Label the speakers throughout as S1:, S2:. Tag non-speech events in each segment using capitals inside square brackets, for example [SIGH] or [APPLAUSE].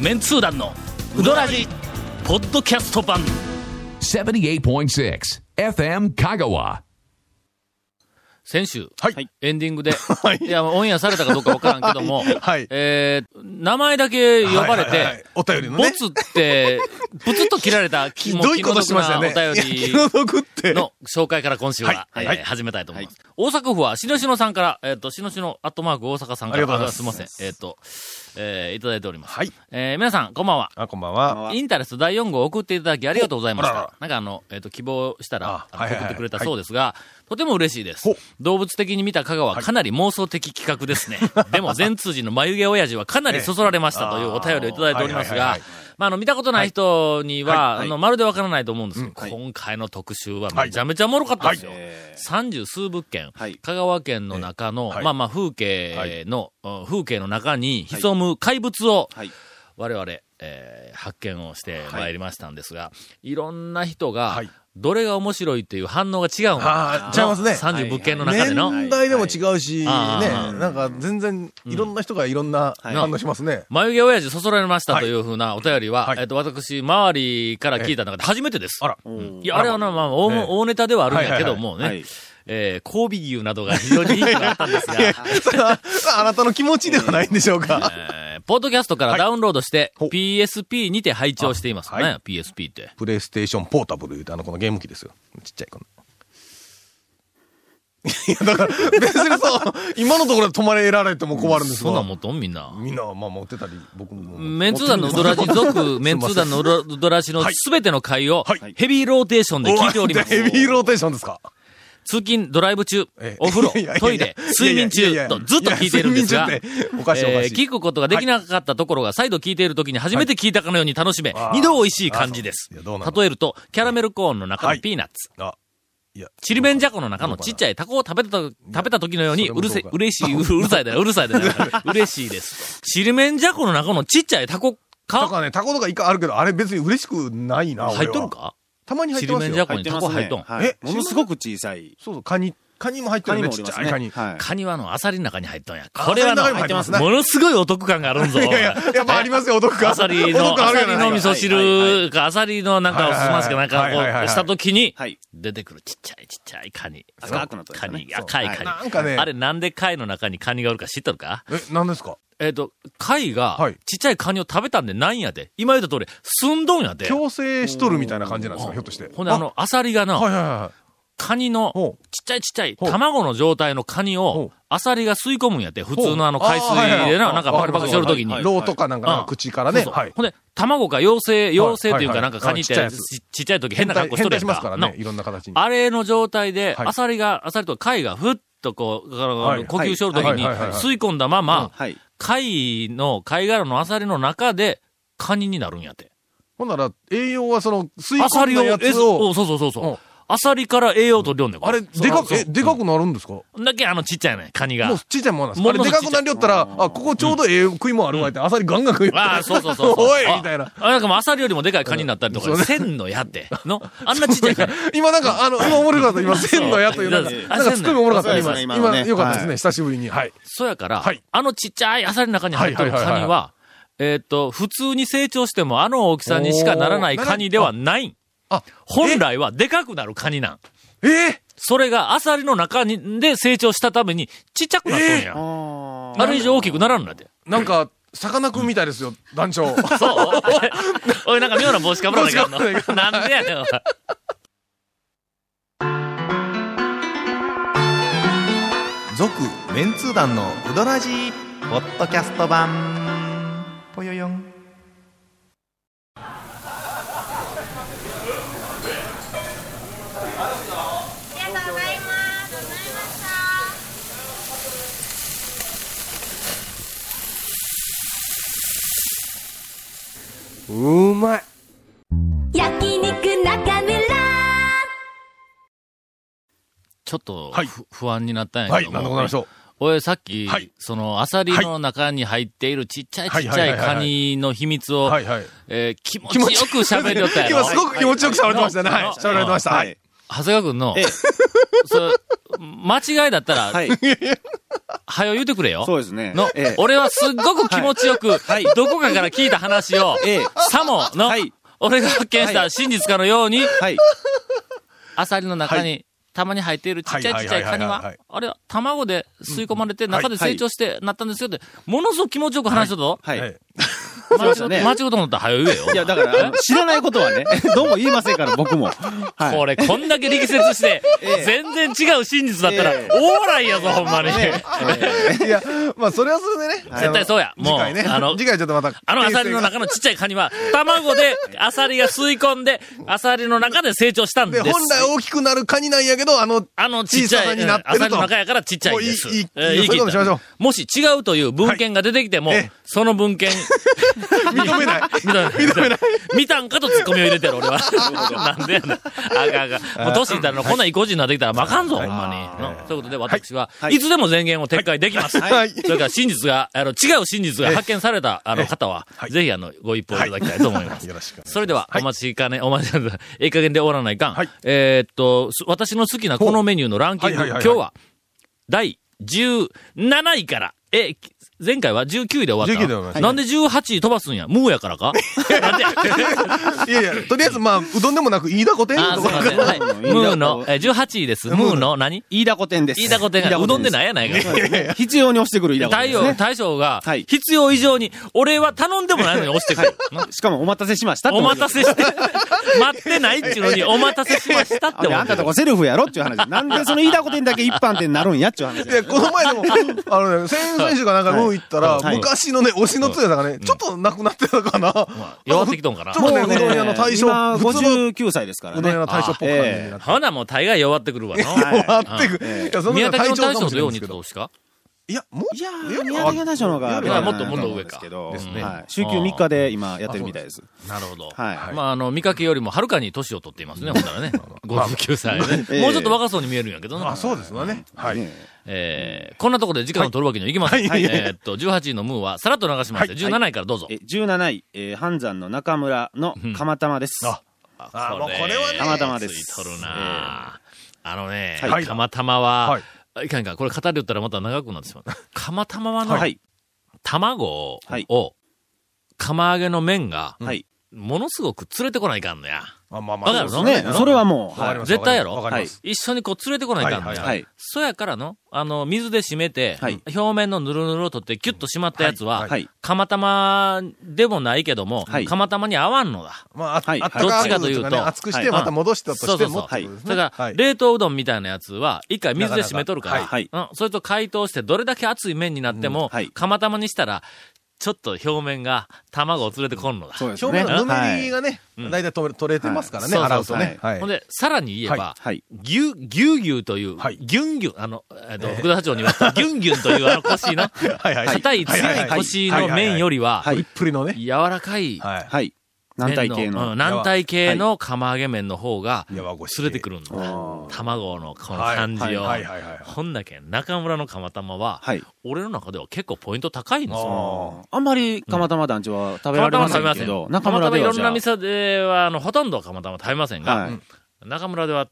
S1: メンツー団のウドラジポッドキャスト版
S2: 78.6 FM Kagawa.
S1: 先週、
S3: [LAUGHS] はい
S1: エンディングで、
S3: い
S1: い、や、オンエアされたかどうかわからんけども、
S3: [LAUGHS] はい
S1: えー、名前だけ呼ばれて、
S3: はいはいはいお便りの
S1: ボ
S3: ね。
S1: ツって、ブツッと切られた気
S3: ひ
S1: も
S3: どいことしましたよね。
S1: 気の毒なお便り
S3: いや気の毒って。
S1: の紹介から今週は、
S3: はい
S1: えー
S3: はい
S1: 始めたいと思います。大阪府は、しのしのさんから、えっ、と、しのしのアットマーク大阪さんから、
S3: ありがとうございます
S1: あすいません、えっ、と、えーいただいております。
S3: はい。
S1: えー皆さん、こんばんは。
S3: [LAUGHS] あ、こんばんは。
S1: インタレスト第4号を送っていただきありがとうございまし
S3: おあら
S1: た。なんかあの、えっ、と、希望したら
S3: あ
S1: あの
S3: はいはい
S1: 送
S3: はい
S1: ってくれたそうですが、とても嬉しいです
S3: ほ。
S1: 動物的に見た香川、かなり妄想的企画ですね。 [LAUGHS] でも、全通寺の眉毛親父はかなりそそられましたというお便りをいただいております
S3: はいはいは
S1: が
S3: いはい、
S1: まあ、あの、見たことない人には、
S3: はいはい
S1: あの、まるでわからないと思うんですけど、
S3: はい
S1: 今回の特集は
S3: はい
S1: めちゃめちゃおもろかったですよ。
S3: え
S1: 三十数物件、
S4: はい
S1: 香川県の中の、
S3: はい
S1: まあまあ風景の、うん風景の中に潜む怪物を、
S4: はい。
S1: 我々、えー発見をしてまいりましたんですが、い、ろんな人が、
S3: はい
S1: どれが面白いっていう反応が違うん
S3: あー違いますね
S1: 30物件の中での。
S3: 年代でも違うし、ね。
S1: はいあ
S3: なんか全然、いろんな人がいろんな反応しますね。
S1: 眉毛親父そそられましたというふうなお便りは、
S3: はい
S1: えっと、私、周りから聞いた中で初めてです。
S3: あら。
S4: うん
S1: いや、あれはな、まあ、大,、
S3: ええ
S1: 大ネタではあるんやけどもね、
S4: はいはいはいはい
S1: えー神戸牛などが非常にいいがあったんですが、
S3: それはあなたの気持ちではないんでしょうか。
S1: えーポッドキャストからダウンロードして、
S3: ほ
S1: PSP にて拝聴しています。
S3: はい
S1: 何や、PSP って。
S3: プレイステーションポータブル言うて、あの、このゲーム機ですよ。ちっちゃいこの。いや、だから、別にそう、今のところで止まれられても困るんです
S1: そん
S3: わ
S1: なん持っとんみんな。
S3: みんな、まあ、持ってたり、僕も。
S1: メンツー団のウドラジ族、メンツー団のウドラウドラジの
S3: はい
S1: すべての回を
S3: はい
S1: ヘビーローテーションで聞いております。
S3: ヘビーローテーションですか
S1: 通勤、ドライブ中
S3: ええ、
S1: お風呂
S3: いやいやいや、
S1: トイレ、睡眠
S3: いやいや
S1: 中
S3: い
S1: と
S3: や
S1: ずっと聞いているんですが、
S3: いや
S1: え
S3: 睡眠中っておかしいおかし
S1: ー
S3: い
S1: 聞くことができなかったところが再度聞いているときに初めて聞いたかのように楽しめ
S3: あ、ー
S1: 二度美味しい感じです
S3: いやどうな。の
S1: 例えると、キャラメルコーンの中
S3: は
S1: の
S3: い
S1: ピーナッツ。
S3: あ、いや。
S1: ちりめんじゃこの中のちっちゃいタコを食べたと、食べた時のように、
S3: そうれ
S1: る
S3: もそ
S1: せ
S3: うか、
S1: うれしい、うるうるさい
S3: [LAUGHS]
S1: だよ、うるさいだよ。嬉しいです。ちりめんじゃこの中のちっちゃいタコ
S3: だ
S1: か、
S3: からね、タコとかイカあるけど、あれ別に嬉しくないな、俺は
S1: 入っとるか
S3: たまに入
S1: ち
S3: って
S1: り
S3: ます
S1: めん
S3: よ。
S1: じゃこ
S4: 入
S1: に
S4: って
S1: タ
S4: ま
S1: コ
S4: す
S1: 入っ
S4: ね。
S1: とん。
S4: はい。
S3: え
S4: ものすごく小さい。
S3: そうそう、カニ、カニも入って
S4: カ
S3: る
S4: ニ
S3: ね、
S4: も
S3: ち
S4: おり
S3: っち
S4: ます
S3: ゃいカニ
S4: ね。。はい。
S1: カニはあの、アサリの中に入っとんや。これはの、
S3: アサリの中に入ってますね
S1: ものすごいお得感があるんぞ。
S3: いやいや、やっぱありますよ、お得感。
S1: アサリの、
S3: お得感
S1: ア
S3: ある
S1: サ
S3: じゃ
S1: リ
S3: な
S1: の
S3: い
S1: 味
S3: です
S1: 噌
S4: はいは
S1: 汁か、アサリのなんかをすますか、なんか
S3: はいはいはい
S1: こ
S3: は
S1: う、
S3: い
S1: したときに、
S4: はい。
S1: 出てくるちっちゃいちっちゃいカニ。
S4: 赤くなったやつ
S1: カ
S4: ね
S1: ニ、
S4: そう
S1: 赤いカ
S4: は
S1: ニ。
S4: い
S3: なんかね
S1: あれなんで貝の中にカニがおるか知っとるか
S3: か。え、何ですか
S1: えっ、と、貝が
S3: はい、
S1: ちっちゃいカニを食べたんでなんやで。今言った通り、すんどんやで。
S3: 強制しとるみたいな感じなんですか、ひょっとして。
S1: ほんで、あの、アサリが
S3: あ、
S1: な、
S3: はいはいは
S1: カニの
S3: い。、ほう
S1: ちっちゃいちっちゃい、
S3: ほう
S1: 卵の状態のカニを
S3: ほう、
S1: アサリが吸い込むんやって。普
S3: ほう
S1: 通のあの海水
S3: はいはいは
S1: で
S3: い
S1: な、なんかパクパクしとるときに
S4: は。い
S3: ローとかなんか
S1: う
S3: なんんか口からね。
S1: そうそう
S3: はい。
S1: ほんで、卵か妖精、妖精という
S3: は
S1: か
S3: い
S1: なんかカニって
S3: はいはいはい
S1: ち
S3: ちっちゃいや
S1: ちっちゃい時変な格好しとるやん
S3: 変態変態
S1: か。
S3: しますから
S1: な
S3: ね、いろんな形に。
S1: あれの状態で、
S3: はい
S1: アサリが、アサリとか貝がふっとこう、あの
S3: はい
S1: 呼吸しとる時に
S3: はいはいはいはい
S1: 吸い込んだまま、
S4: はい。
S1: 貝の、貝殻のアサリの中で、カニになるんやって。
S3: ほんなら、栄養はその、吸い
S1: アサ
S3: 込ん
S1: リ
S3: だ
S1: を、
S3: や
S1: え
S3: つ
S1: そ
S3: を
S1: う、そうそう
S3: う
S1: そ
S3: ん
S1: う。アサリから栄養と量ねんこ
S3: あれ、でかく、え、でかくなるんですかも
S1: だけあのちっちゃいねん、カニが。
S3: うちっちゃいもんなんです
S1: も
S3: かあ
S1: の
S3: れ、
S1: す
S3: で
S1: ごい
S3: かくなりよったら、あ、ここちょうどええ食いもんあるわいって、アサリガンガン
S1: [LAUGHS]
S3: 食いよった
S1: ああ、そうそうそうそう。
S3: [LAUGHS] おいみたいな。
S1: あ。あなんかもうアサリよりもでかいカニになったりとか、千の矢
S3: [LAUGHS]
S1: って。の、あんなちっちゃいカニ。
S3: 今なんか、あの、今おもろかった。今、千の矢というなんか、
S1: そう
S3: なんかツッコミおもろかった。
S4: そう
S3: 今、
S4: ですね
S3: 今
S4: 今のね
S3: よかったです
S4: は
S3: ね。久しぶりに。はい。
S1: そやから、
S3: はい
S1: あのちっちゃいアサリの中に入ってるカニは、
S3: はいはいはい
S1: えーっと、普通に成長してもあの大きさにしかならないカニではない。
S3: あ、
S1: 本来はでかくなるカニなん。
S3: ええ
S1: それがアサリの中にで成長したためにちっちゃくなったんや。
S4: あ
S1: あれ以上大きくならんのやで。
S3: なんか、さかなクンみたいですよ、団長。
S1: そう
S3: [LAUGHS]
S1: おい、なんか妙な帽子かぶらなきゃいけん
S3: 帽子かぶらなきゃ
S1: の。な
S3: いけ
S1: んでやねん、おい。
S5: 続メンツー団のウドラジーポッドキャスト版ぽよよん
S6: ありがとうございます。ございました。
S3: うまい。
S7: 焼肉中村
S1: ちょっと、
S3: はい
S1: ふ不安になったんや
S3: [LAUGHS] は
S1: け
S3: い、
S1: ども。
S3: なんでございましょう。
S1: 俺、さっき、
S3: はい
S1: その、アサリの中に入っているちっちゃいちっちゃいカニの秘密を
S3: は、いはい。
S1: えー気持ちよく喋りよったやろ。
S3: 今すごく気持ちよく喋ってましたね。はい。喋られてました。はい。
S1: 長谷川くんの、
S4: ええ
S1: そう間違いだったら、
S4: はい。
S1: はよ言うてくれよ。
S4: そうですね。
S1: の、
S4: ええ
S1: 俺はすっごく気持ちよく、どこかから聞いた話を、
S4: ええ
S1: さもの、
S4: はい
S1: 俺が発見し
S4: は
S1: た
S4: い
S1: 真実かのように、
S4: はい。
S1: アサリの中に、たまに入っているちっちゃい
S3: は
S1: ち
S3: い
S1: っちゃい
S3: は
S1: カ
S3: いはいはい
S1: ニ
S3: は、
S1: はいあれは卵で吸い込まれて、中で
S4: はい
S1: 成長してなったんですよって、ものすごく気持ちよく話しとったぞ。
S4: はい。
S3: はい
S1: 間違
S4: そう
S1: う
S4: ですね
S1: 間違うと思ったら早言えよ。
S4: いや、だから、あの知らないことはね、 [LAUGHS] どうも言いませんから、僕も。はい。
S1: これ、こんだけ力説して、
S4: ええ
S1: 全然違う真実だったら、
S4: ええ
S1: オーライやぞ、ほんまに。
S4: ね
S1: 絶
S3: いや、まあ、それは
S1: [LAUGHS]
S3: それでね。
S1: 対そうや。もう、
S3: 次回ね。
S1: あの、
S3: 次回ちょっとまた。
S1: あのアサリの
S3: 訂正
S1: 中のちっちゃいカニは、卵でアサリが吸い込んで、アサリの中で成長したんで
S3: が
S1: す。
S3: で、本来大きくなるカニなんやけど、あの、
S1: あのちっちゃ
S3: 小さ
S1: い、
S3: に
S1: うん
S3: なっ
S1: ア
S3: てる
S1: サリ
S3: と
S1: の中やからちっちゃいんです。
S3: もういいいい
S1: えー言切
S3: そういうことにしましょう
S1: もし違うという文献が出てきても、
S3: はいええ
S1: その文献、
S3: 認めない。
S1: [LAUGHS] 見た見た見たんかとツッコミを入れてる、俺は。なんでやな。あかんあかん。もう年いったら、こんな意固地になってきたら、まかんぞ、ほんまに。のということで、私は、
S4: はい
S1: いつでも前言を撤回できます。
S3: はい
S1: それから、真実が、あの、違う真実が発見された、あの、方は、ぜひ、あの、ご一報いただきたいと思います。
S3: よろしくお願いします
S1: それでは、お待ちかね、お待ちかね、ええ加減で終わらないかん。
S3: はい
S1: えーっと、す私の好きなこのメニューのランキング、
S3: ほうはいはいはいはい
S1: 今日は、第17位から、え、き前回は19位で終わった
S3: 19で終わりました
S1: なんで18位飛ばすんやムーやから [LAUGHS] かなんで
S3: いやいや、とりあえず、まあ、うどんでもなく、飯田古店
S1: あー、
S3: と
S1: そう
S3: か。
S1: ですね。はいム
S4: いいだ
S1: ーの、え18位です。ムーの何
S4: 飯田古典です。。
S1: 飯田古典がうどんでないいやないか。
S4: 必要に押してくる飯田
S1: 大
S4: 古典
S1: 将、
S4: ですね。
S1: 大将が
S4: はい、
S1: 必要以上に、俺は頼んでもないのに押してくる。
S4: しかもお待たせしましたって
S1: お
S4: こと
S1: 待
S4: で
S1: たせして、待ってないっていうのに、お待たせしましたって
S4: あ
S1: 思
S4: あ
S1: っ
S4: ん
S1: て
S4: た
S1: る
S4: と。こセルフやろっていう話。なんでその飯田古典だけ一般店になるんやっていう話 [LAUGHS]
S3: い。や、この前でも、あのね、選手がなんか、もう行ったら、
S4: はい
S3: 昔のね、推しの強さがね、ちょっとなくなってたかな。
S1: 弱ってきとんかな
S3: ち。ょっとね、うどん屋の大将、
S4: 今
S3: 普通の
S4: 59歳ですから
S3: うどん屋
S4: ね。
S3: の大将っぽく感じになって。
S1: ほな、もう大概弱ってくるわな。
S3: あってく。
S4: ええ
S3: いや、その
S1: 宮
S3: 大
S1: 崎の
S3: 将か
S1: 大
S3: も
S1: 将
S3: し
S1: と
S3: れない
S1: よ
S3: ん
S1: う
S3: で
S1: に
S3: すけ
S1: ど
S3: ど
S1: う。すか
S3: いや、もう、
S4: いやー、宮崎の大将の方が、
S1: いやもっともっと上か
S4: ですけど、
S3: ですね
S4: はい。週休3日で今やってるみたいです。
S1: なるほど。
S4: はい
S1: まあ、あの、見かけよりもはるかに年を取っていますね、ほんな
S3: [LAUGHS]
S1: らね。59歳
S4: え
S1: ね。
S4: え
S1: もうちょっと若そうに見えるんやけどな
S3: あ、。そうですわね。はい。
S4: ね
S1: えーこんなところで時間を取るわけにはいきません。
S3: はい
S1: えーっと、18位のムーはさらっと流しまして、
S3: はい
S1: 17位からどうぞ。
S4: え17位、えー、半山の中村の釜玉です。
S3: ああもうこれはね
S4: たまたまです
S1: ついとるなあのね、
S4: はい
S1: たまたまは、、
S3: はい
S1: かんいかん、これ語りよったらまた長くなってしまう。かまたまはの、
S4: はい。
S1: 卵を、
S4: はい
S1: 釜揚げの麺が、
S4: はい。
S1: ものすごく連れてこないかんのや。
S3: あまあ
S1: わかる
S3: そう
S1: の
S3: です
S4: ね、それはもう、
S3: わかり
S4: は。
S3: ます
S1: 絶対やろ
S3: わかります。
S1: 一緒にこう連れてこないかんの
S3: はい
S1: や。
S3: はい
S4: はい。
S1: そやからの、あの、水で締めて、
S4: はい
S1: 表面のぬるぬるを取ってキュッと締まったやつは、
S4: はい。
S1: 釜玉でもないけども、
S4: はい
S1: 釜玉に合わんのだ。
S3: まあ、あ
S4: はい
S3: あったか
S1: どっちか
S3: く
S1: というと
S3: とかね、熱くし
S4: はい
S3: て、また戻したとして
S1: そう
S3: も
S1: そうそう
S3: ってことです
S1: だ
S3: ね。
S1: から、
S3: はい
S1: 冷凍うどんみたいなやつは、一回水で締めとるから、
S3: な
S4: かなか
S1: うんそれと解凍して、どれだけ熱い麺になっても、
S4: んはい
S1: 釜玉にしたら、ちょっと表面が卵を連れてこんのだ。
S4: そうですね。
S3: 表面のぬ
S4: は
S3: めり
S4: い。
S3: がね、
S1: うん
S3: 大体取れ取れてますからね、
S1: はい
S3: 洗うとね。はい
S1: ほんで、さらに言えば、
S4: はい。
S1: ぎゅ、ぎゅうぎゅうという、
S3: はい
S1: ぎゅんぎゅん、あの、えっと、福田社長に言われた、ぎゅんぎゅんというあの腰の、
S3: はいはい。
S1: 硬い
S3: は
S1: 強い腰の麺よ
S3: り。
S1: りは、
S4: はい
S3: プリップリのね。
S1: 柔らかい
S3: はい。
S4: はい。軟体系
S1: うん
S4: の。
S1: 軟体系の釜揚げ麺の方が、
S3: いや
S1: 連
S3: 和越し
S1: れてくるんだ。
S4: あー
S1: 卵のこの感じを。
S3: はいはいはい。
S1: ほんだけん、中村の釜玉は、
S4: はい。
S1: 俺の中では結構ポイント高いんですよ。
S3: あ
S4: あんまり釜玉団地は食べら
S1: 釜
S4: れ
S1: 玉
S4: ま
S1: 食
S4: せ
S1: べま
S4: ん
S1: せ
S4: け
S1: ん。
S4: ど、
S1: 中村でいろんな
S4: は
S1: 店では、あの、ほとんど釜玉食べませんが、
S4: はい。
S1: 中村では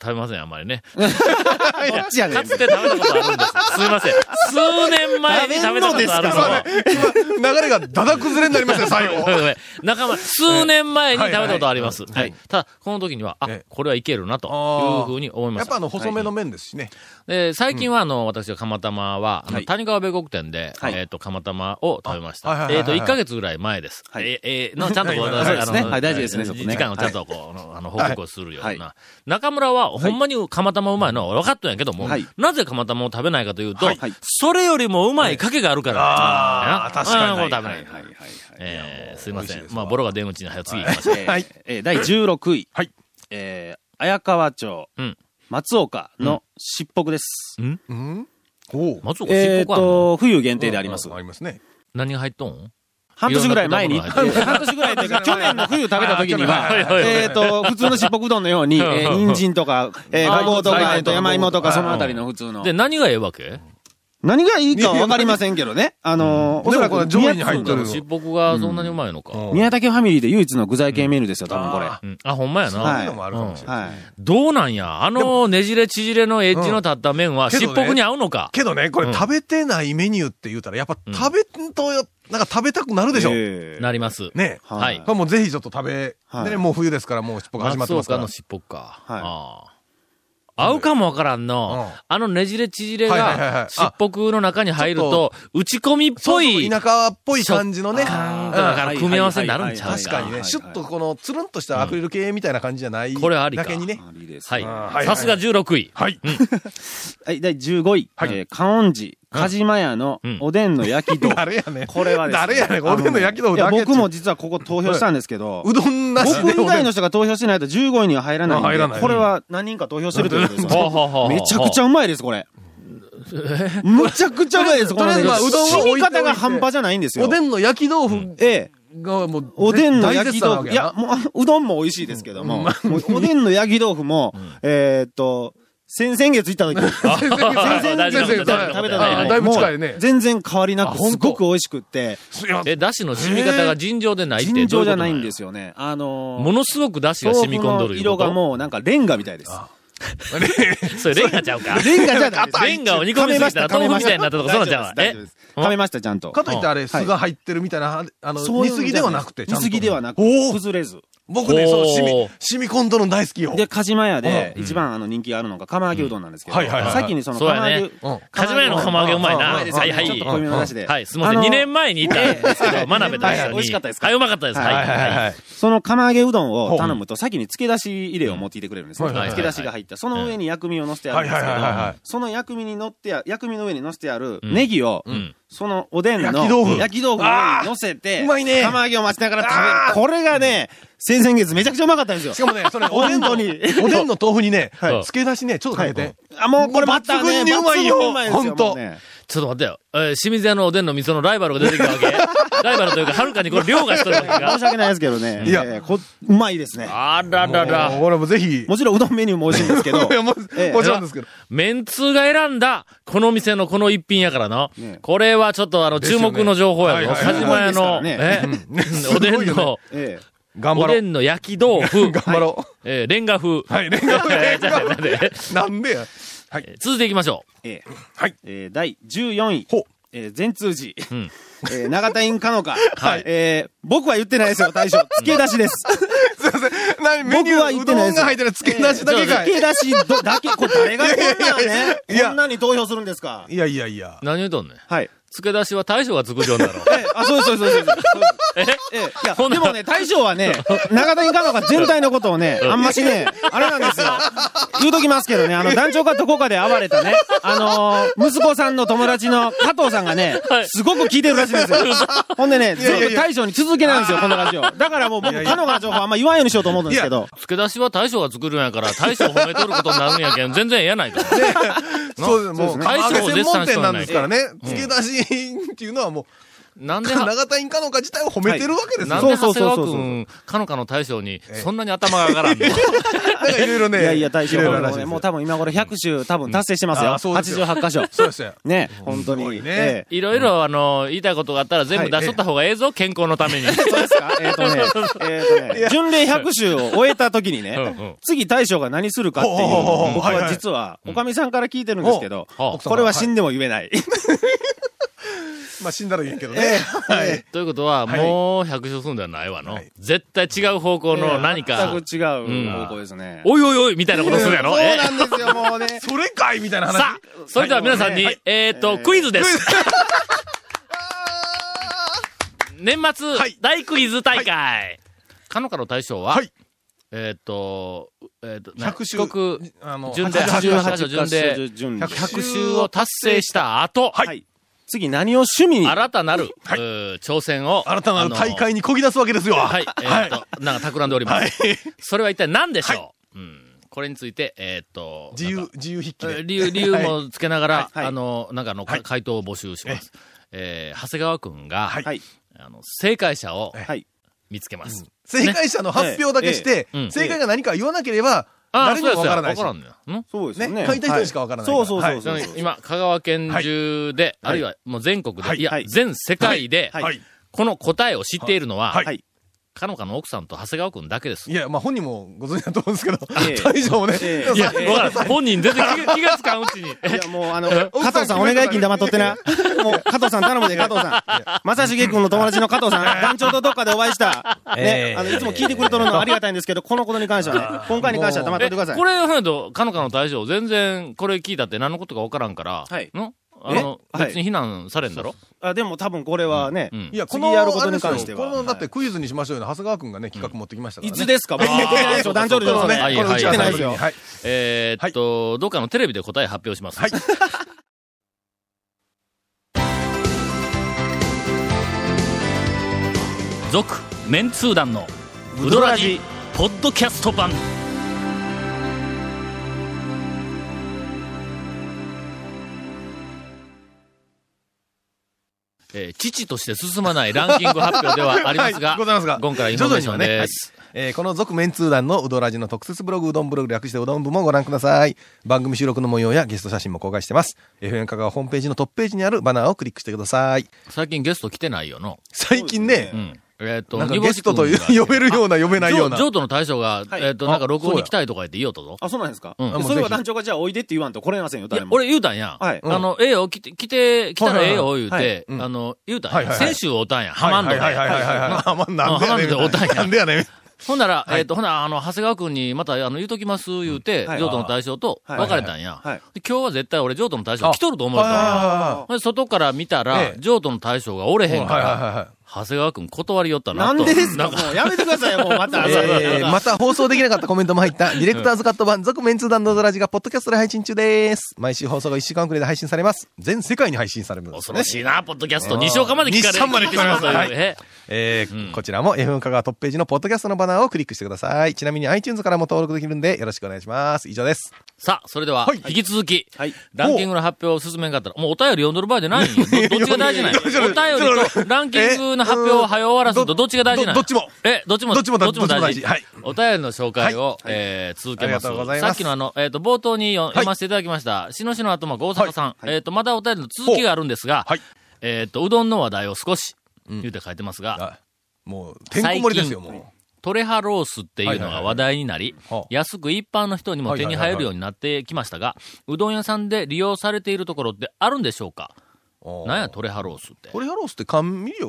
S1: 食べません、あんまりね。
S4: [LAUGHS] こっちやね
S1: かつて食べたことあるんです。すいません。数年前に食べたことあるのを
S4: 食べんの。
S3: 流れがだだ崩れになりましたよ、最後。
S1: ごめんごめん中村、数年前に食べたことあります。
S4: はい
S1: はいただ、この時には、あ
S3: ええ、
S1: これはいけるな、という
S3: あー
S1: ふうに思いま
S3: やっ
S1: し
S3: ぱ
S1: た。
S3: あの、細めの麺ですしね。
S1: で最近は、あの、私は釜玉は、あの
S4: はい
S1: 谷川米国店で、
S4: はい
S1: えっと、釜玉を食べまし
S3: あはいは
S1: た。
S3: いはい
S1: えっ
S3: はい
S1: と、1ヶ月ぐらい前です。
S4: はい
S1: ええーの、ちゃんとこう、
S3: はい
S1: あの
S4: そうですね
S1: あの
S4: はい大事ですねそこね
S1: 時間をちゃんとこう、あのあの、報告をするような。中村は、ほんまに釜玉うまいのは分かったんやけども
S4: はい、
S1: なぜ釜玉を食べないかというと
S4: はいはい、
S1: それよりもうまい賭けがあるから。な
S3: あー確かに
S1: うんこれ食べない。
S4: はいはいはい。
S1: えー、すいませ
S3: 美味しい
S1: ん
S3: で。す
S1: ま
S3: わ
S1: あ、ボロが出口に、はよ、次行きましょう。
S4: えー
S3: はい
S4: えー第16位。
S3: はい
S4: えー綾川町
S1: うん。
S4: 松岡のしっぽくです。
S3: うんおう
S1: 松岡漆
S4: えっ
S1: 黒はあんの
S4: と、冬限定であります
S3: あ。りますね。
S1: 何が入っとん
S4: 半年ぐらい前に、
S1: いろんな
S4: [LAUGHS] 半年ぐらいというか、去年の冬食べた時には、
S1: はいはいはい
S4: えっと、普通のしっぽくうどんのように、えー人参とか、えー
S1: あー
S4: ごぼうと
S3: 大
S4: か、
S3: 根
S4: えーと山芋とか、
S3: はい
S4: そのあたりの普通の。
S1: で、何がええわけ
S4: 何がいいかわかりませんけどね。あのー、おそらく
S3: でもこれ上位に入ってる
S4: 宮
S1: しっぽくがそんなにうまいのか。
S4: 宮武ファミリーで唯一の具材系メニューですよ、多分これ。
S3: あ
S1: うんあ、ほんまやな。
S4: はい
S3: そういうのもあるかもしれない。
S4: はい。
S1: どうなんやあのねじれ縮れのエッジの立った麺は、
S3: けど
S1: しっ
S3: ね
S1: ぽくに合うのか、
S3: けどね、こ
S1: うん
S3: れ食べてないメニューって言うたら、やっぱ食べんとよ、なんか食べたくなるでしょ。
S4: ええ
S1: なります。
S3: ね
S4: は
S1: はいい。
S3: これもうぜひちょっと食べ、
S4: はい
S3: でね、もう冬ですから、もうしっぽが始まってますから。
S1: 松岡のしっぽか。
S4: はい
S1: ああ合うかもわからんの、
S3: うん
S1: あのねじれ縮れ
S3: はいはいはいはい
S1: が
S3: あ、
S1: しっぽくの中に入る
S3: ちょ
S1: と、打ち込みっ
S3: そ
S1: ぽ
S3: うそう
S1: い
S3: 田舎っぽい感じのね。
S1: 食感
S3: うん
S1: が、から組み合わせになるんちゃう
S4: はいはい
S3: 確かにね、
S4: はい
S3: シュッとこの、つるんとしたアクリル系みたいな感じじゃない。
S1: これありか
S3: だけにね。
S4: あいいです
S1: はい。
S4: ね
S3: はいはい
S1: さすが16位。
S3: はい。
S4: はい、第15位。
S3: はい
S4: えー、カオンジ、カジマヤの
S1: うん
S4: おでんの焼き豆腐。
S3: 誰やねん。
S4: これはですね。
S3: 誰やねん、おでんの焼き
S4: あの
S3: 豆腐
S4: いや
S3: だけって。
S4: 僕も実はここ投票したんですけど、
S3: うどんなしでおで
S4: 僕
S3: ん。
S4: 以外の人が投票しないと15位には入らないんで
S3: あ入らない
S4: これは何人か投票してるということです
S1: はあ
S4: よ
S1: はあはあはあ
S4: めちゃくちゃうまいです、これ。むちゃくちゃうまいです、この
S3: とりあえずまあうどんは置いてお
S4: 染み
S3: いて
S4: 方が半端じゃないんですよ。
S3: おでんの焼き豆腐
S4: ええ。
S3: がもう、
S4: おでんの
S3: 大
S4: 焼
S3: 絶
S4: き
S3: 賛なわ
S4: 豆
S3: け
S4: 腐、いや、もうあ、うどんも美味しいですけども、もうおでんの焼き豆腐も、えーっと、先々月行った時、
S1: [LAUGHS]
S3: 全然全然
S1: 大丈夫
S3: 全然
S1: 大丈夫
S4: 食べた
S1: はいはい
S4: 時
S3: だいぶ近いね
S4: もう全然変わりな
S3: あ
S4: く、
S3: ほんと
S4: すごく美味しくって、
S1: え、だしの染み方が尋常でないって。
S4: 尋常じゃないんですすよね。あのー
S1: ものすごくだしが染み込んどる
S4: 豆腐の
S1: いう
S4: 色
S1: こと
S4: がもうなんかレンガみたいです。
S1: それレンガちゃうか。
S4: [LAUGHS] レンガじゃないです。
S1: レンガを煮込みすぎたら豆腐みたいになったとか、そうなんちゃうわ。え
S4: 大丈夫です食べました、ちゃんと。
S3: かといってあ
S4: う
S3: れ、
S4: ん
S3: 酢が入ってるみたいな、あの、煮すぎではなくて、ち
S4: 煮
S3: ゃんと
S4: すぎではなく
S3: お
S4: て、
S3: お
S4: 崩れず。
S3: 僕ね、
S1: おー
S3: その、染み、染み込んどるの大好きよ。
S4: で、カジマ屋で一番あの人気があるのが釜揚げうどんなんですけど、
S3: うんはいはいはい
S4: さっきにその
S1: そうや
S4: 釜
S1: ね
S4: 揚げ、
S3: うん
S1: カジマ屋の釜揚げうまいな。
S3: あ
S1: は
S3: あ
S1: い
S3: ああ
S1: はい。
S4: ちょっと濃いめの出汁で。
S1: はい、すみませ
S4: あ
S1: ん。
S4: の
S1: 2年前にいたんですけど、真鍋大
S4: は
S1: さ
S4: い
S1: んに。
S4: 美味しかったですか
S1: はい、うまかったです。はい。
S3: はいはいはいはい。
S4: その釜揚げうどんを頼むと、先に漬け出し入れを持ってきてくれるんですね。
S3: はいはいはい
S4: 漬け出しが入った。その上に薬味を乗せてあるんですけど、
S3: はいはいはいはい
S4: その薬味に乗ってあ、薬味の上に乗せてあ
S1: ん
S4: るネギを、
S1: ん
S4: そのおでんの
S3: 焼き豆腐
S4: 焼き豆腐の上に乗せて、
S3: ーうまいね
S4: 釜揚げを待ちながら食べる。これがね、先々月めちゃくちゃうまかったんですよ。
S3: しかもね、そ [LAUGHS] れ、おでんの、
S4: 本当
S3: お
S4: に
S3: でんの豆腐にね、
S1: い
S3: 漬け出しね、ちょっとかけて。
S4: あ、もうこれまたね、
S3: 抜群にうまいよ
S4: 抜群にうまです
S3: ほんと
S4: もうね
S1: ちょっと待ってよ。えー清水屋のおでんの味噌のライバルが出てきたわ
S3: [LAUGHS]
S1: けライバルというか、はるかにこれ、量がしとるわけ
S4: [LAUGHS] 申
S1: が
S4: し。訳ないですけどね。
S3: いや
S4: えーこうまいですね。
S1: あらら
S3: も
S1: ら。
S3: う俺もぜひ。 [LAUGHS]
S4: もちろんうどんメニューも美味しいんですけど
S3: いや、も
S4: ええ
S3: もちろんですけど。
S1: メンツーが選んだ、この店のこの一品やからな
S4: ね。
S1: これはちょっとあの、
S3: す
S1: 注
S3: よね
S1: 目の情報やぞ。
S3: はいはい
S1: カジマ屋の、
S4: すごい
S1: え [LAUGHS] おでんの、
S4: ええ
S3: 頑
S1: お
S3: 張ろ
S1: で
S3: う。
S1: んの焼き豆腐、
S3: [LAUGHS] 頑張ろ
S1: えーレンガ風。
S3: う。はい、レンガ風
S1: えー
S3: レン
S1: ちょっと
S3: ガ
S1: 待って
S3: 風 [LAUGHS] なんでや。はい。
S1: 続いていきましょ
S4: ええ
S3: はい
S4: えー第14位。
S3: ほう
S4: えー善通寺。
S1: ん
S4: えー長田院かの
S3: [LAUGHS]
S4: か。はい。えー僕は言ってないですよ、大将。漬け出しです。
S3: すいません。何、メニュ
S4: 僕は言
S3: ー、
S4: っ
S3: う
S4: て
S3: どん
S4: ない
S3: が
S4: です
S3: 入ってる漬け出しだけか
S4: 漬
S3: い。
S4: け出しどだけ、これ誰がこんなん
S3: いやい
S4: ね
S3: やいやいや
S4: こんなに投票するんですか。
S3: いやいやいや。
S1: う。何言うとんねん。
S4: はい。
S1: 付け出しは大将が作るように
S3: [LAUGHS]
S1: なろう。
S4: ええあ、そうです、そうです、そうです。そうです
S1: え
S4: ええいや、
S1: ほんな
S4: でもね、大将は
S3: [LAUGHS]
S4: ね、長谷川のが全体のことをね、あんましね、あれなんですよ。言うときますけどね、あの、団長がどこかで暴れたね、あのー息子さんの友達の加藤さんがね
S1: は、い
S4: すごく聞いてるらしいんですよ。ほんでね、ず
S3: いやいや
S4: っと大将に続けないんですよ、このラジオ。だからもう僕、カノカの情報あんま言わんようにしようと思うんですけど。
S1: 付け出しは大将が作るんやから、大将褒めとることになるんやけん、全然ええやないか。
S3: そうです、もう、
S1: 大
S3: 釜
S1: 将
S3: 揚
S1: を
S3: げ
S1: 絶
S3: 専門
S1: 賛し
S3: 店
S1: と
S3: なんん
S1: ね
S3: ですからね。漬け出しっていうのはも
S1: なん
S3: う、
S1: では、
S3: 長田インカノカ自体を褒めてるわけです
S1: な
S3: よ。
S1: んで
S4: そ
S1: 長谷川
S4: うそうそうそう
S1: くん、かのかの大将に、そんなに頭が上がらんの
S3: なんかいろいろね。
S4: いやいや、大将
S3: いろい
S4: も
S3: ろ
S4: う
S3: らしい
S4: ね
S3: です
S4: もう多分今頃100周多分達成してます
S3: うん
S4: よ。
S3: あそうですよ
S4: 88箇所。
S3: そうですよ。
S4: ね、本当に。
S3: ごいね
S4: ええ
S1: [LAUGHS] いろいろ、あの、言いたいことがあったら全部出しとった方がええぞ、健康のために。 [LAUGHS]
S4: そうですかえっ、とね、えっ、とね、巡礼百周を終えた時にね、
S1: うんうん
S4: 次大将が何するかっていうの
S3: ほうほうほうほ
S4: を
S3: う
S4: 僕
S3: はい
S4: は
S3: はい
S4: 実は、おかみさんから聞いてるんですけど、
S1: おはあ
S4: これは死んでも言えない。
S3: まあ、死んだら言えんけどね。はい。
S1: [LAUGHS] ということは、もう百姓するんではないわの。絶対違う方向の何か、
S4: 全く違う方向ですね。
S1: おいおいおいみたいなことするやろ。え
S4: そうなんですよ、もうね。
S3: それかいみたいな話。
S1: さあ、それでは皆さんに、えーっと、クイズです。 [LAUGHS] 年末
S3: はい
S1: 大クイズ大会。かのかの大賞は
S3: はい、
S1: えーっと、えーっと、な
S3: 百州
S1: 四国
S3: あの
S1: 順で88箇所順で
S4: 順
S3: 100
S1: 百周を達成した後、
S4: はい。次何を趣味に
S1: 新たなる、
S3: はいう
S1: ー挑戦を。
S3: 新たなる大
S1: あ
S3: 会にこぎ出すわけですよ。
S1: の。はい。えーっと、なんか企んでおりま
S3: はい
S1: す。それは一体何でしょううん。これについて、えーっと、
S3: 自由、自由筆記
S1: えー
S3: で。
S1: 理由、理由もつけながら、
S4: はいはい
S1: あの、なんかあの、か回答を募集します。えー長谷川くんが、
S4: はい。
S1: あの、正解者を
S4: はい。
S1: 見つけます。
S3: 正解者の発表だけして
S1: ええええう、ん
S3: 正解が何か言わなければ、
S1: ああ、
S3: 誰に
S1: そうで
S3: も
S1: すよ。
S3: わからないし
S1: わからんのよ。ん
S4: そうですよね。
S3: ね書いた人にしかわからない
S4: は
S3: から
S4: そうそうそう
S1: ちな
S4: そ
S1: み
S4: う。
S1: に今、香川県中で、あるいはもう全国
S3: は
S1: で、
S3: い
S1: いや
S4: はい、
S1: 全世界で、
S4: はい。
S1: この答えを知っているのは
S3: はい、
S4: はい。
S1: かのかの奥さんと長谷川くんだけです
S3: い。や、まあ本人もご存知だと思うんですけど、
S4: ええ
S3: 大丈夫ね。
S4: ええ
S1: いや、
S4: [LAUGHS]
S1: わからん本人全然気が気がつかんうちに。
S4: いや、もう、あの、
S3: 奥
S4: 加
S3: さん
S4: 藤さん、お願い金黙っとってな。もう、加藤さん頼むで、加藤さん。正成君の友達の加藤さん、団長とどっかでお会いした。ね、あの、いつも聞いてくれとるのありがたいんですけど、このことに関してはね、今回に関しては黙っとい
S1: え
S4: てください。
S1: これ、ほんやと、かのかの大将、全然、これ聞いたって何のことかわからんから、
S4: はい
S1: のあの、
S4: え
S1: 別に非難されんだろ
S4: あ、でも多分これはね
S1: う、ん
S3: い。や、こ
S4: 次
S3: の、
S4: やることに関しては
S3: あれですよこの、だってクイズにしましょうよ、長谷川くんがね、企画持ってきましたか
S4: い
S3: らね。
S4: つですか僕言ってないでしょ、団長でしょ、
S1: そう
S4: ね。
S1: ねはい
S4: これ
S1: はい
S4: 打ち合わせないですよ。
S3: はい。
S1: えーっと、どっかのテレビで答え発表します。
S3: はい
S1: [LAUGHS] 続、メンツー団の、ウドラジ、ポッドキャスト版。えー、父として進まないランキング発表ではありますが、
S3: はいございますが
S1: 今回インフォメーションです。
S3: えーこの続面通談のうどらじの特設ブログ、うどんブログ略してうどん部もご覧ください。番組収録の模様やゲスト写真も公開してます。FM 香川ホームページのトップページにあるバナーをクリックしてください。
S1: 最近ゲスト来てないよの。
S3: 最近ね、
S1: うん。えーっと、
S3: なんか
S1: 煮干
S3: ゲ
S1: し
S3: ストという
S1: 君が
S3: 呼べるような呼べないような。
S1: 譲渡の大将が、えっと、なんか
S3: あ
S1: 録音
S3: そう
S1: に
S3: や
S1: 来たいとか言って言おうとぞ。
S4: あ、そうなんですか、
S1: うん
S4: でそれは団長がじゃあおいでって言わんと来れませんよ、
S1: いや
S4: 誰、も。
S1: 俺言うたんや。
S4: はい
S1: あの、ええよ、来て、来て、来たらええよ、言う
S4: はいは
S1: て、
S3: うん
S1: あの、言うたんや。
S3: はいはいはい
S1: 先週おうたんや。ハ
S3: はい
S1: マンドで。
S3: はいはいはいはいはい。ハマンドなんでやね
S1: ハマ
S3: ん
S1: ンドでおったんや
S3: なんでやねん。
S1: ほんなら、えっと、ほな、あの、長谷川くんに、また、あの、言うときます、言うて、
S4: はい
S1: 譲渡の大将と
S4: はい
S1: 別れたんや。
S4: はい
S1: で今日は絶対俺、譲渡の大将来とると思うたんや。
S3: あ
S1: ほんで外から見たら
S3: ええ、
S1: 譲渡の大将がおれ
S3: ー
S1: へんか
S3: はいはい
S1: ら、
S3: はいはい。
S1: 長谷川くん断りよったな
S4: な
S1: と。
S4: んでです
S1: な
S4: か
S1: ん
S4: もうやめてくださいよ、もうまた。
S3: えーまた放送できなかったコメントも入った、ディレクターズカット版、続メンツー団のドラジが、ポッドキャストで配信中です。毎週放送が1週間遅れで配信されます。全世界に配信されるんです
S1: 恐
S3: ね
S1: ろ。しいな、ポッドキャスト。西岡まで聞かれ
S3: 西岡まで聞かれます
S1: 聞かれ
S3: はい
S1: え
S3: えーこちらも FM 香川トップページのポッドキャストのバナーをクリックしてください。ちなみに iTunes からも登録できるんで、よろしくお願いします。以上です。
S1: さあ、それでは
S3: はい、
S1: 引き続き、
S4: はい
S1: ランキングの発表を進めんかったら、もうお便り読んどる場合じゃないんよ。どどっちが大事なんよ。お
S3: いやいやいや
S1: 便りとランキングの発表を早終わらすのとどっちが大事なんよ
S3: どっちも。
S1: え、どっちも、
S3: どっちも
S1: どっちも
S3: どっちも
S1: 大
S3: 大
S1: 事。
S3: 事はい
S1: お便りの紹介を、えー続け
S3: あり
S1: ま
S3: が
S1: す
S3: とうございま
S1: さっ
S3: す
S1: きのあの、えっ、と、冒頭に読,、ませていただきました、しのしの後も大阪さん、えっ、と、まだお便りの続きがあるんですが、
S3: はい
S1: えっ、と、うどんの話題を少し、言うて書いてますが、
S3: あもう、てんこ盛りですよ、もう。
S1: トレハロースっていうのが話題になり
S3: はいはいは、い
S1: 安く一般の人にも手に入るようになってきましたが、うどん屋さんで利用されているところってあるんでしょうか
S3: おー
S1: なんやトレハロースって。
S3: トレハロースって甘味料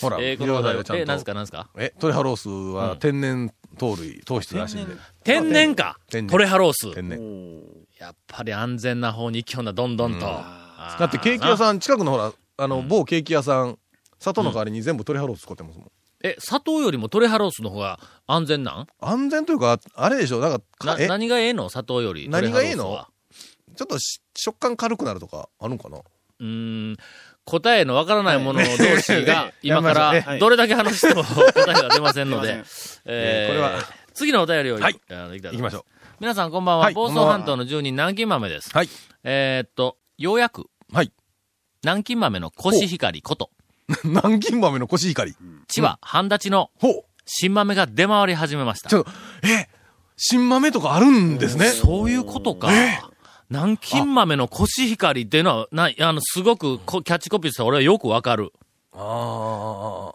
S3: ほら、
S1: えーこの話題
S3: は
S1: は、え、なんすかなんすか
S3: え、トレハロースは天然糖類、糖質らしいんで。
S1: 天然か
S3: 天然
S1: トレハロース。
S3: 天然。
S1: やっぱり安全な方に行きよんな、どんどんと。だ
S3: だってケーキ屋さん、近くのほら、あの、某ケーキ屋さん、砂糖の代わりに全部トレハロース使ってますもん。
S1: え、砂糖よりもトレハロースの方が安全なん
S3: 安全というか、あれでしょ、なんか、
S1: な
S3: かえ、
S1: 何がええの砂糖より。
S3: 何がええの
S1: トレハロースは
S3: ちょっとし食感軽くなるとか、あるんかな
S1: うーん答えのわからないもの同士が、 [LAUGHS] 今か
S3: はい
S1: ら、どれだけ話しても答えが出ませんの
S3: [LAUGHS]
S4: すい
S1: で
S4: ま、
S1: えー
S3: これは
S1: 次のお便りをい、
S3: はい
S1: あのいきたいと思い
S3: 行き
S1: ま
S3: ますしょう。
S1: 皆さんこんばんは、
S3: はい
S1: 房総半島の住人、南京豆です。
S3: はい。
S1: えーっと、ようやく、
S3: はい。 [LAUGHS]
S1: 南京豆のコシヒカリこと、
S3: 南京豆のコシヒカリ。
S1: 千葉、半立ちの
S3: ほう。
S1: 新豆が出回り始めました
S3: ち。ょっと、え、新豆とかあるんですね。
S1: そういうことか。南京豆のコシヒカリっていうのは、なあの、すごくこキャッチコピーとして俺はよくわかる。
S3: あ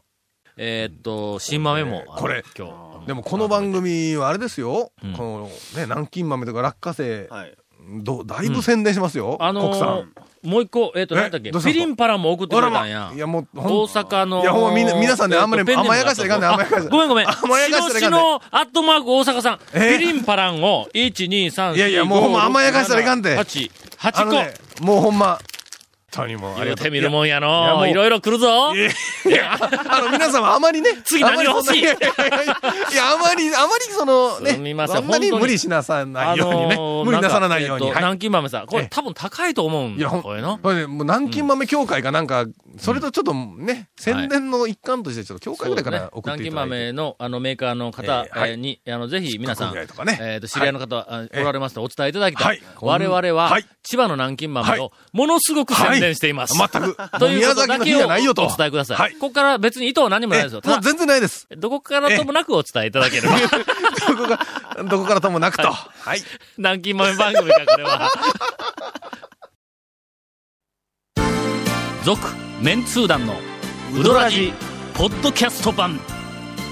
S1: えーっと、新豆も。
S3: これ
S1: あの今
S3: あ。
S1: 日。
S3: でもこの番組はあれですよ。
S1: ん
S3: この、ね、南京豆とか落花生、
S4: はい。
S3: どだいぶ宣伝しますよ。
S1: あの
S3: 国
S1: ー
S3: 産。、
S1: もう一個、えっ、と、
S3: え
S1: なんだっけ、
S3: どう
S1: フ
S3: した
S1: ィ
S3: んすか
S1: リンパラも送ってくれたんや
S3: あらま。いやもうほん
S1: 大阪の。
S3: いやほんまみな皆さんねあんまり
S1: えっとペンネーム
S3: 甘やかしたらいかんね
S1: あ
S3: 甘やかしたら
S1: ごめんごめん。
S3: 甘やかしたらいかんね
S1: 白のアットマーク大阪さん。フ
S3: え
S1: ィリンパランを、1、2、3、4、
S3: いやいやもうほんま甘やかしたらいかんて
S1: 8、
S3: あ
S1: 8
S3: の
S1: 個。
S3: ね、もうほんま、本当にもうあり
S1: 言う
S3: がと
S1: て
S3: う。
S1: みるもんや
S3: いやも
S1: の。
S3: う
S1: いろいろ来るぞ。
S3: あの、皆様あまりね。
S1: 次何が欲しい
S3: あまりそんないやいやいやいや、あまり、あまりその、ね。
S1: すみません
S3: そんなに
S1: 本当に
S3: 無理しなさな
S1: あ
S3: いようにね。
S1: のー
S3: 無理なさらないように。
S1: んかえっと
S3: はい
S1: 南京豆さん。これ多分高いと思うん
S3: いや、ほん、
S1: これの。
S3: これねもう南京豆協会がなんか、それとちょっとね、宣伝の一環として、ちょっと協会ぐらいから
S1: そうで
S3: 送
S1: す
S3: って
S1: ね
S3: い
S1: 南京
S3: ただいて。
S1: 豆のあのメーカーの方
S3: えーはい
S1: えーに、あの、ぜひ皆さん、
S3: 各ぐらいとかね
S1: えっと、知り合いの方、あおられますとお伝えいただきた
S3: はいい。
S1: 我々は
S3: はい、
S1: 千葉の南京豆
S3: は
S1: を、ものすごく
S3: は
S1: 宣
S3: い
S1: 伝しています。
S3: 全く。
S1: [LAUGHS] という
S3: 宮
S1: こと
S3: 崎
S1: だ
S3: の日
S1: け
S3: じ
S1: を
S3: ゃ
S1: お
S3: ないよと。
S1: 伝えください。
S3: はい。
S1: ここから別に意図は何もない
S3: え
S1: ですよ。
S3: も
S1: た
S3: う
S1: だ
S3: 全然な
S1: [LAUGHS]
S3: いです。
S1: どこからともなくお伝えいただければ。
S3: どこが、どこからともなくと。はい。
S1: 南京豆番組か、これ
S3: [LAUGHS]
S1: は。続、メンツー団の、ウドラジ、ポッドキャスト版。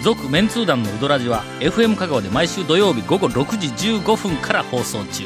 S1: 続、メンツー団のウドラジは、FM 香川で毎週土曜日午後6時15分から放送中。